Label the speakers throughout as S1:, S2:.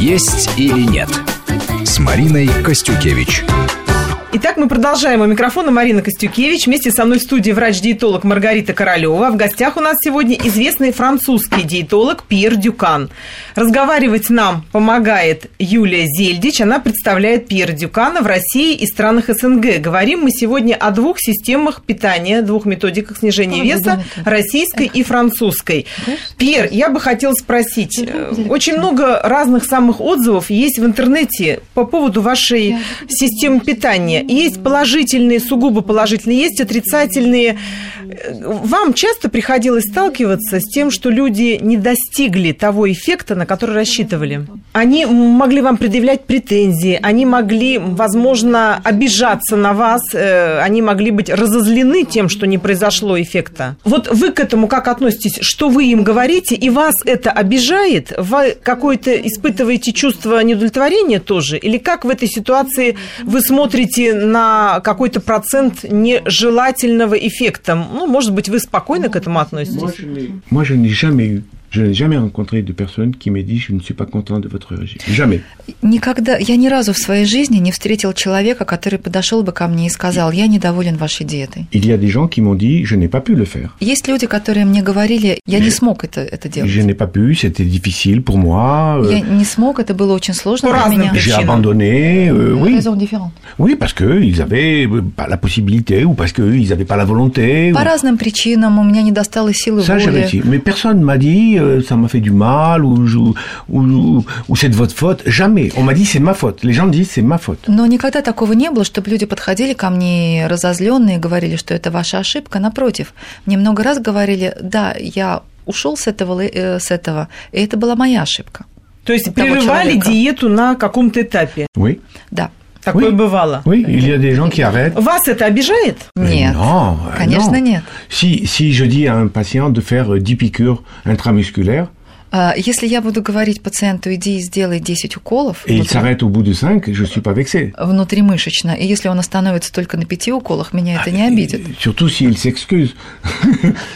S1: «Есть или нет» с Мариной Костюкевич.
S2: Итак, мы продолжаем. У микрофона Марина Костюкевич. Вместе со мной в студии врач-диетолог Маргарита Королева. В гостях у нас сегодня известный французский диетолог Пьер Дюкан. Разговаривать нам помогает Юлия Зельдич. Она представляет Пьер Дюкана в России и странах СНГ. Говорим мы сегодня о двух системах питания, двух методиках снижения веса, российской и французской. Пьер, я бы хотела спросить. э, Очень много разных самых отзывов есть в интернете по поводу вашей системы питания есть положительные, сугубо положительные, есть отрицательные. Э, Вам часто приходилось сталкиваться с тем, что люди не достигли того эффекта, на который рассчитывали? Они могли вам предъявлять претензии, они могли, возможно, обижаться на вас, э, они могли быть разозлены тем, что не произошло эффекта. Вот вы к этому как относитесь? Что вы им говорите, и вас это обижает? Вы какое-то испытываете чувство неудовлетворения тоже? Или как в этой ситуации вы смотрите на какой-то процент нежелательного эффекта? Ну, может быть, вы спокойно к этому относитесь?
S3: Moi, je n'ai jamais eu, je n'ai jamais rencontré de personne qui m'ait dit je ne suis pas content de votre régime. Jamais.
S4: Никогда, я ни разу в своей жизни не встретил человека, который подошел бы ко мне и сказал, я недоволен вашей диетой.
S3: Il y a des gens qui m'ont dit je n'ai pas pu le faire.
S4: Есть люди, которые мне говорили, я не смог это, это
S3: Je
S4: делать.
S3: n'ai pas pu, c'était difficile pour moi. euh,
S4: Я не смог, это было очень сложно
S2: По
S4: для
S2: разным
S4: меня.
S3: J'ai
S2: Причина.
S3: abandonné, euh, oui,
S4: Raison différente.
S3: oui, parce que ils avaient euh, pas la possibilité ou parce que ils n'avaient pas la volonté. ou-
S4: По разным причинам у меня не достало силы
S3: Ça, j'avais
S4: воли.
S3: dit. Mais personne m'a dit euh, ça m'a fait du mal ou, je- ou, ou- ou c'est de votre faute. Jamais. On m'a dit c'est ma faute. Les gens me disent c'est ma faute.
S4: Но никогда такого не было, чтобы люди подходили ко мне разозленные, говорили, что это ваша ошибка. Напротив, мне много раз говорили, да, я ушел с этого, э, с этого, и это была моя ошибка.
S2: То есть
S4: Того
S2: прерывали
S4: человека.
S2: диету на каком-то этапе?
S3: Oui,
S4: Да.
S2: Такое
S3: Oui.
S2: бывало.
S3: oui. Il y a des gens qui arrêtent.
S2: Вас это обижает?
S3: Mais
S4: Нет.
S3: non, euh,
S4: Конечно,
S3: non.
S4: нет.
S3: Si, si je dis à un patient de faire euh, 10 piqûres intramusculaires
S4: А, Если я буду говорить пациенту, иди и сделай 10 уколов
S3: et il
S4: внутри-
S3: s'arrête au bout de 5, je suis pas vexé.
S4: внутримышечно, и если он остановится только на 5 уколах, меня
S3: А,
S4: это не обидит.
S3: Et Surtout s'il s'excuse.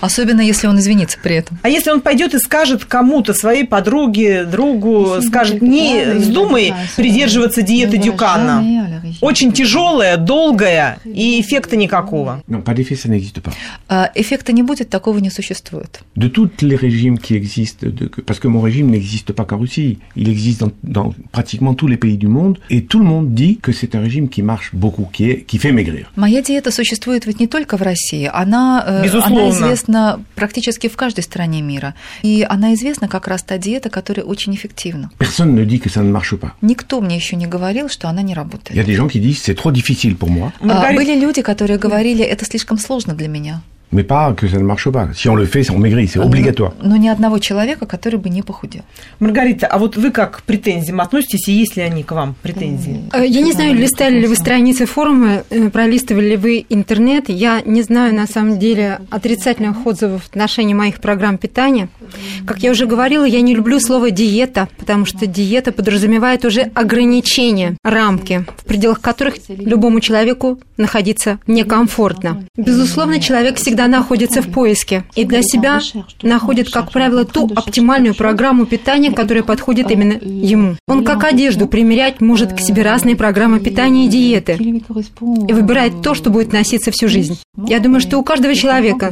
S4: Особенно, если он извинится при этом.
S2: А если он пойдет и скажет кому-то, своей подруге, другу, скажет, не вздумай придерживаться диеты Дюкана. Очень тяжелая, долгая и эффекта никакого.
S3: Non, pas d'effet, ça n'existe pas.
S4: А, Эффекта не будет, такого не существует.
S3: De tous les régimes qui existent, de- que- parce que mon régime n'existe pas qu'en Russie, il existe dans, dans pratiquement tous les pays du monde, et tout le monde dit que c'est un régime qui marche beaucoup, qui, est, qui fait maigrir.
S4: Моя диета существует ведь не только в России, она, э,
S2: Безусловно.
S4: она известна практически в каждой стране мира. И она известна как раз та диета, которая очень эффективна.
S3: Personne ne dit que ça ne marche pas.
S4: Никто мне еще не говорил, что она не
S3: Il y a
S4: работает.
S3: des gens qui disent c'est trop difficile pour moi,
S4: А, Были люди, которые говорили, это слишком сложно для меня.
S3: mais pas que ça ne marche pas. Si on le fait, on maigrit,
S4: Ah,
S3: c'est obligatoire.
S4: Но, но Ну, ни одного человека, который бы не похудел.
S2: Маргарита, а вот вы как к претензиям относитесь, и есть ли они к вам претензии?
S5: Э, Я не знаю, листали ли вы страницы форума, э, пролистывали ли вы интернет. Я не знаю, на самом деле, отрицательных отзывов в отношении моих программ питания. Как я уже говорила, я не люблю слово «диета», потому что диета подразумевает уже ограничения, рамки, в пределах которых любому человеку находиться некомфортно. Безусловно, человек всегда находится в поиске и для себя находит, как правило, ту оптимальную программу питания, которая подходит именно ему. Он как одежду примерять может к себе разные программы питания Э, и диеты и выбирает то, что будет носиться всю жизнь. Я думаю, что у каждого человека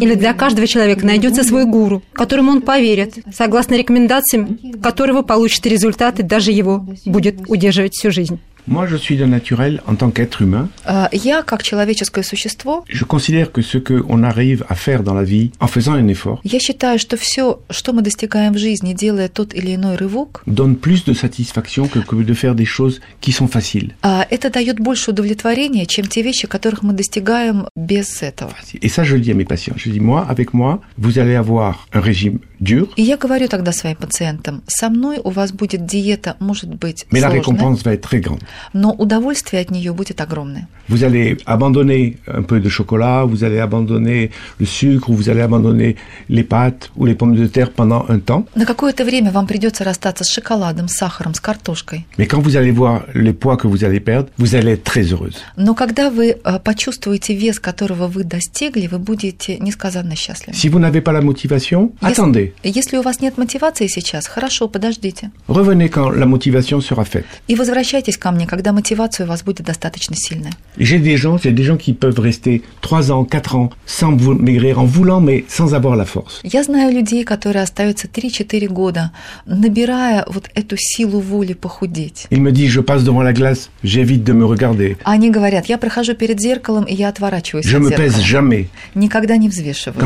S5: или для каждого человека найдется свой гуру, которому он поверит, согласно рекомендациям которого получит результаты, даже его будет удерживать всю жизнь.
S3: Moi, je suis d'un naturel en tant qu'être humain.
S4: А, Я, как человеческое существо,
S3: Je considère que ce qu'on arrive à faire dans la vie en faisant un effort
S4: я считаю, что все, что мы достигаем в жизни, делая тот или иной рывок,
S3: donne plus de satisfaction que, que de faire des choses qui sont faciles.
S4: а, это дает больше удовлетворения, чем те вещи, которых мы достигаем без этого.
S3: Et ça, je le dis à mes patients. Je dis, moi, avec moi, vous allez avoir un régime dur,
S4: И я говорю тогда своим пациентам, со мной у вас будет диета, может быть,
S3: mais la
S4: сложная,
S3: récompense va être très grande.
S4: но удовольствие от нее будет огромное.
S3: Vous allez abandonner un peu de chocolat, vous allez abandonner le sucre, ou vous allez abandonner les pâtes ou les pommes de terre pendant un temps.
S4: На какое-то время вам придется расстаться с шоколадом, с сахаром, с картошкой.
S3: Mais quand vous allez voir les poids que vous allez perdre, vous allez être très heureuse.
S4: Но когда вы а, почувствуете вес, которого вы достигли, вы будете несказанно счастливы.
S3: Si vous n'avez pas la motivation,
S4: Если-
S3: attendez. motivé.
S4: Если у вас нет мотивации сейчас, хорошо, подождите.
S3: Revenez quand la motivation sera faite.
S4: И возвращайтесь ко мне, когда мотивация у вас будет достаточно сильная.
S3: J'ai des gens, j'ai des gens qui peuvent rester 3 ans, 4 ans sans vou- maigrir, en voulant mais sans avoir la force.
S4: Я знаю людей, которые остаются 3-4 года, набирая вот эту силу воли похудеть.
S3: Il me dit je passe devant la glace, j'évite de me regarder.
S4: Они говорят, я прохожу перед зеркалом, и я отворачиваюсь
S3: Je
S4: от
S3: me
S4: зеркала.
S3: pèse jamais.
S4: Никогда не
S3: Quand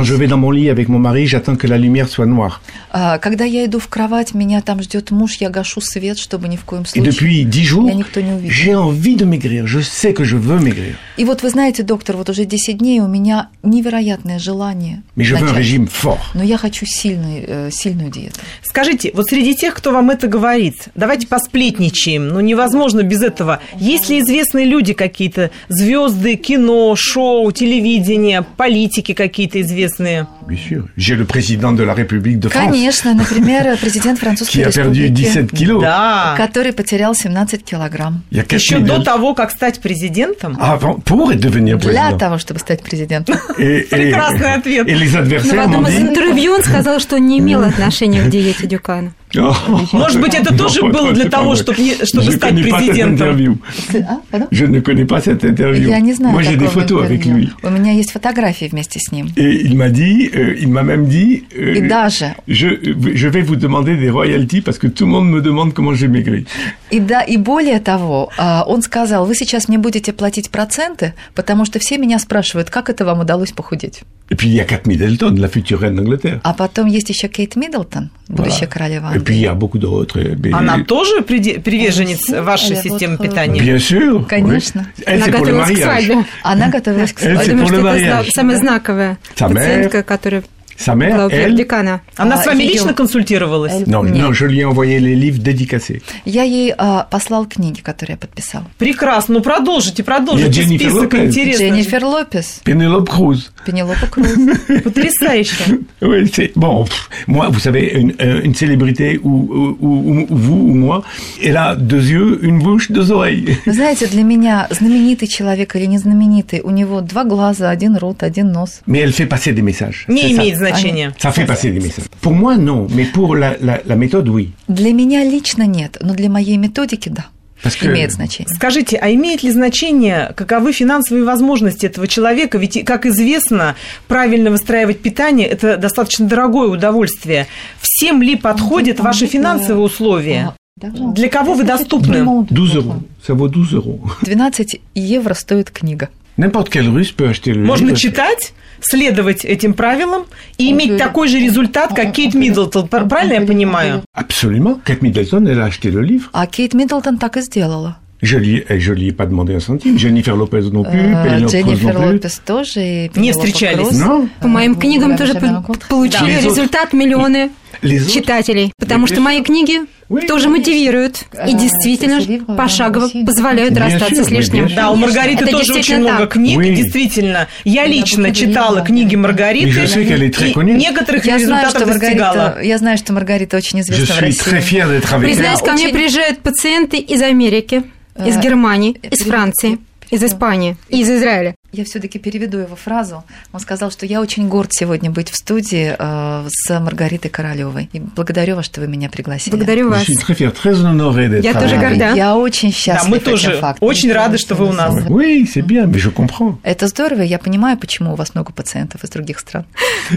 S3: je
S4: взвешиваюсь.
S3: vais dans mon lit avec mon mari, j'attends que la lumière soit noire.
S4: А, Когда я иду в кровать, меня там ждет муж, я гашу свет, чтобы ни в коем
S3: Et
S4: случае...
S3: depuis 10 jours,
S4: Я никто не увидит.
S3: j'ai envie de maigrir. Je sais que je veux maigrir.
S4: И вот вы знаете, доктор, вот уже 10 дней у меня невероятное желание
S3: Mais je veux un
S4: начать.
S3: régime fort.
S4: Но я хочу сильную, э, сильную диету.
S2: Скажите, вот среди тех, кто вам это говорит, давайте посплетничаем. Ну, невозможно без этого. Есть ли известные люди какие-то? Звезды, кино, шоу, телевидение, политики какие-то известные?
S3: Bien sûr. J'ai le président de la République de France
S4: Конечно, например, президент
S3: qui
S4: французской
S3: a perdu
S4: республики,
S3: 17 kilos.
S2: Да.
S4: который потерял 17 килограмм.
S3: Il y a quatre
S2: Еще
S3: millions-
S2: до того, как стать президентом?
S3: Avant, pour devenir
S4: Для
S3: président.
S4: того, чтобы стать президентом.
S3: Et, et-
S2: Прекрасный ответ.
S3: et les
S5: Но в
S3: adversaires m'ont
S5: одном из
S3: dit...
S5: интервью он сказал, что он не имел отношения к диете Дюкана.
S3: Oh,
S2: Может быть, это
S3: non,
S2: тоже
S3: non,
S2: было
S3: c'est
S2: для
S3: pas
S2: того,
S3: vrai.
S2: чтобы не-
S3: Je
S2: чтобы
S3: ne
S2: стать
S3: connais pas cette
S2: президентом?
S3: interview.
S4: А, потом?
S3: Je ne connais pas cette interview.
S4: Я не знаю.
S3: Moi, j'ai des
S4: какого
S3: photos avec
S4: интервью.
S3: lui.
S4: У меня есть фотографии вместе с ним.
S3: Et il m'a dit, euh, il m'a même dit, euh,
S4: И даже,
S3: je, je vais vous demander des royalties parce que tout le monde me demande comment j'ai maigri.
S4: и да, и более того, а, он сказал, вы сейчас мне будете платить проценты, потому что все меня спрашивают, как это вам удалось похудеть.
S3: Et puis il y a Kate Middleton, la future reine d'Angleterre.
S4: А потом есть еще Кейт Миддлтон, будущая
S3: Voilà.
S4: королева
S3: Et puis il y
S4: Англии.
S3: a beaucoup d'autres. euh, mais-
S2: Она тоже приде- приверженец
S4: Конечно.
S2: вашей
S4: Или
S2: системы
S4: вот, э,
S2: питания?
S3: Bien sûr.
S4: Конечно.
S3: oui. Elle,
S5: Она
S3: c'est pour le
S5: готовилась к
S3: mariage.
S5: свадьбе.
S4: Она готовилась к
S3: Elle,
S5: Я
S3: c'est
S5: думаю,
S3: pour
S5: что
S3: le
S5: это зна-
S3: mariage.
S5: самая знаковая
S3: Sa
S5: пациентка,
S3: mère.
S5: которая
S3: Sa
S5: была
S3: mère,
S5: у
S3: elle.
S5: Дюкана.
S2: Она
S4: А,
S2: с вами
S4: её-
S2: лично консультировалась?
S4: Эль-
S3: Non,
S4: Нет.
S3: non, je lui ai envoyé les livres dédicacés.
S4: Я ей а, послал книги, которые я подписала.
S2: Прекрасно. Ну, продолжите, продолжите
S3: Я Дженнифер
S2: список.
S3: Лопес.
S2: Интересно.
S4: Дженнифер Лопес,
S3: Penelope Cruz.
S4: Пенелопа Круз.
S2: Потрясающе.
S3: Oui, c'est bon. pff, moi, vous savez, une, euh, une célébrité ou, ou- ou- ou vous ou moi, elle a deux yeux, une bouche, deux oreilles.
S4: Вы знаете, для меня знаменитый человек или не знаменитый, у него два глаза, один рот, один нос.
S3: Mais elle fait passer des messages.
S2: Не
S3: c'est ça.
S2: имеет значения.
S3: Ça fait passer des messages. Pour moi, non, mais pour la, la- la méthode, oui.
S4: Для меня лично нет, но для моей методики да.
S3: Parce que-
S4: Имеет значение.
S2: Скажите, а имеет ли значение, каковы финансовые возможности этого человека? Ведь, как известно, правильно выстраивать питание – это достаточно дорогое удовольствие. Всем ли подходят ваши финансовые условия? Для кого вы доступны?
S3: 12 euros. Ça vaut 12 euros.
S4: 12 евро стоит книга.
S3: N'importe quel russe peut acheter le
S2: Можно
S3: livre.
S2: читать, следовать этим правилам и иметь такой же результат, как Кейт Миддлтон. Пр- Правильно я понимаю?
S3: Absolument. Kate Middleton, elle a acheté le livre.
S4: А Кейт Миддлтон так и сделала.
S3: Je lui, eh, je lui ai pas demandé un centime. Jennifer Lopez non plus.
S4: Э,
S3: Penelope Cruz
S4: Дженнифер
S3: non
S4: Лопес тоже и
S2: Не
S4: Пенелопа
S2: встречались.
S4: Круз. Э,
S3: plus. Non.
S5: По моим книгам тоже
S4: Грабежа
S5: по-
S4: банков.
S5: получили
S3: Да.
S5: результат миллионы
S3: Les autres-
S5: читателей, потому что мои книги
S3: Oui,
S5: тоже
S3: oui.
S5: мотивируют и
S4: Euh,
S5: действительно
S4: ces livres,
S5: пошагово
S4: euh,
S5: позволяют
S3: Bien sûr,
S5: расстаться с
S3: mais
S5: лишним.
S3: bien sûr.
S2: Да, у Маргариты
S5: Это
S2: тоже очень
S5: действительно
S2: много
S5: так.
S2: книг, и
S3: Oui.
S2: действительно. Я лично
S4: благодарила,
S2: читала
S4: да.
S2: книги Маргариты,
S3: И je sais qu'elle est très
S2: и
S3: connue.
S2: некоторых
S4: Я знаю,
S2: результатов
S4: что Маргарита,
S2: достигала.
S4: я знаю, что Маргарита очень
S3: Je
S4: известна в
S3: suis très
S4: России.
S3: fier d'être avec elle.
S5: Признаюсь, ко мне
S4: Очень-
S5: приезжают пациенты из Америки, из
S4: Э,
S5: Германии,
S4: э,
S5: из
S4: переведи.
S5: Франции, из Испании и из Израиля.
S4: Я все-таки переведу его фразу. Он сказал, что я очень горд сегодня быть в студии э, с Маргаритой Королевой. И благодарю вас, что вы меня пригласили.
S5: Благодарю
S3: Je
S5: вас.
S3: suis très fier, très honoré d'être
S5: Il y a
S3: avec
S5: toujours
S3: vous.
S5: Горда.
S4: Я очень счастлива.
S2: Да, мы тоже очень рады, что вы у нас.
S3: Ah ouais. Oui, c'est bien, mais je comprends.
S4: Это здорово, и я понимаю, почему у вас много пациентов из других стран.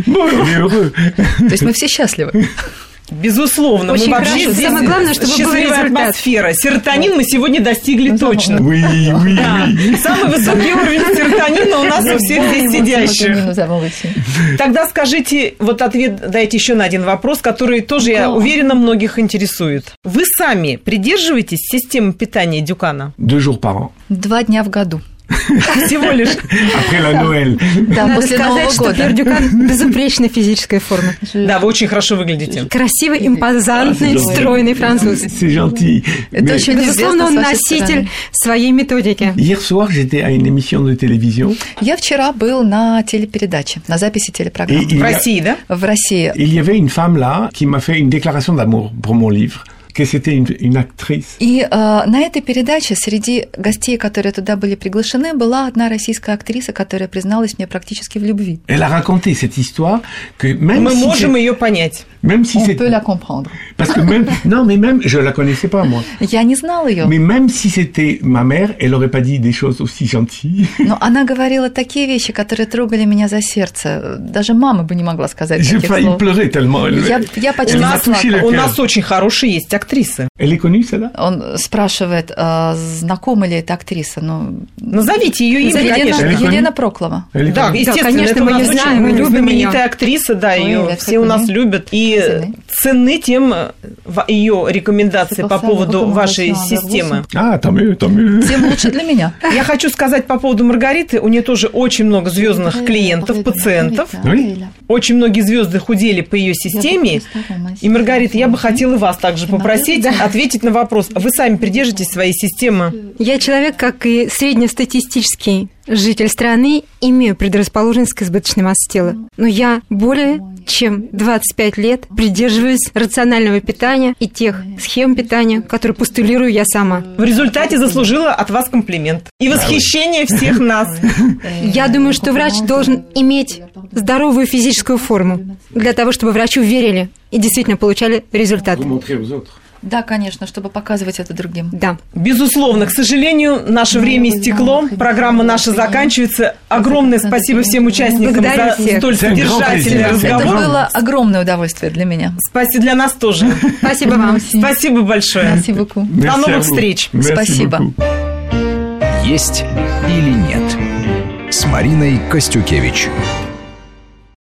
S3: Bon, on est heureux.
S4: То есть мы все счастливы.
S2: Безусловно,
S5: Очень
S2: мы вообще
S5: хорошо.
S2: здесь
S5: Самое главное, чтобы был
S2: счастливая
S5: результат. Ну,
S2: атмосфера. Серотонин мы сегодня достигли точно.
S3: Oui, oui,
S2: Да.
S3: oui.
S2: Самый высокий уровень серотонина у нас
S5: Ну,
S2: у всех здесь сидящих. Тогда скажите, вот ответ дайте еще на один вопрос, который тоже, я уверена, многих интересует. Вы сами придерживаетесь системы питания Дюкана?
S3: Deux jours par an.
S4: Два дня в году.
S2: Всего лишь.
S3: Après la Noël.
S4: Да,
S5: Надо
S4: после
S5: сказать,
S4: Нового
S5: что
S4: года.
S5: Пьер Дюкан безупречной физической формы.
S2: Да, вы очень хорошо выглядите.
S5: Красивый, импозантный,
S3: Здорово.
S5: стройный француз.
S3: C'est gentil.
S4: Это
S3: Mais
S4: очень
S5: Безусловно,
S4: известно с
S5: он
S4: вашей
S5: носитель
S4: стороны.
S5: своей методики.
S3: Hier soir, j'étais à une émission de télévision
S4: Я вчера был на телепередаче, на записи
S3: et
S4: телепрограммы
S3: il
S2: В
S3: y, a-
S2: России, да?
S4: в России.
S3: il y avait une femme là qui m'a fait une déclaration d'amour pour mon livre. que c'était une, une actrice.
S4: И э, на этой передаче среди гостей, которые туда были приглашены, была одна российская актриса, которая призналась мне практически в любви.
S3: Elle a raconté cette histoire que même
S2: Мы
S3: si
S2: можем
S3: c'est-
S2: ее понять.
S3: même si
S4: On
S3: c'est
S4: peut la comprendre.
S3: parce que même non mais même je la connaissais pas moi.
S4: Я не знала ее,
S3: Mais même si c'était ma mère, elle aurait pas dit des choses aussi gentilles.
S4: но она говорила такие вещи, которые трогали меня за сердце. Даже мама бы не могла сказать
S3: J'ai
S4: таких
S3: failli
S4: слов.
S3: pleurer tellement. Elle,
S4: Я, я почти
S3: Elle m'a
S4: заплакала.
S3: touché le
S2: У
S3: cœur.
S2: нас очень хорошие есть актрисы.
S3: Elle est connue celle-là
S4: Он спрашивает, а, знакома ли эта актриса. Ну,
S2: Назовите ее имя, конечно.
S4: Елена,
S3: конечно.
S4: Елена Проклова.
S3: Elle est
S2: Да,
S3: connue
S2: естественно,
S5: конечно,
S2: это у
S5: мы
S2: нас
S5: её
S2: очень
S5: знаем, мы любим
S2: знаменитая
S5: её.
S2: актриса, да,
S4: Ой,
S2: ее
S4: я
S2: все у
S4: как
S2: нас
S5: ну,
S4: люблю.
S2: любят. И
S4: Цены.
S2: цены тем ее рекомендации по
S4: Согласна,
S2: поводу
S4: выгодно,
S2: вашей
S4: конечно,
S2: системы.
S4: согласна.
S3: Ah tant mieux, tant mieux.
S4: Тем лучше для меня.
S2: Я хочу сказать по поводу Маргариты. У нее тоже очень много звездных клиентов, пациентов.
S3: Oui.
S2: Очень многие звезды худели по ее системе. И, Маргарита, я бы хотела вас также попросить ответить на вопрос. Вы сами придержитесь своей системы?
S5: Я человек, как и среднестатистический житель страны, имею предрасположенность к избыточной массе тела. Но я более чем 25 лет придерживаюсь рационального питания и тех схем питания, которые постулирую я сама.
S2: В результате заслужила от вас комплимент. И восхищение всех нас.
S5: Я думаю, что врач должен иметь здоровую физическую форму для того, чтобы врачу верили и действительно получали результаты.
S3: montrer aux autres.
S4: Да, конечно, чтобы показывать это другим.
S5: Да.
S2: Безусловно, к сожалению, наше время истекло. Программа наша заканчивается. Огромное спасибо всем участникам за
S5: Благодарю всех.
S2: столь
S3: Это
S2: содержательный
S3: огромное
S4: Это
S3: Огромное.
S2: разговор.
S4: было огромное удовольствие для меня.
S2: Спасибо для нас тоже.
S5: Спасибо вам.
S2: Спасибо большое.
S4: Спасибо. beaucoup.
S2: До новых встреч.
S4: Спасибо.
S1: «Есть или нет» с Мариной Костюкевич.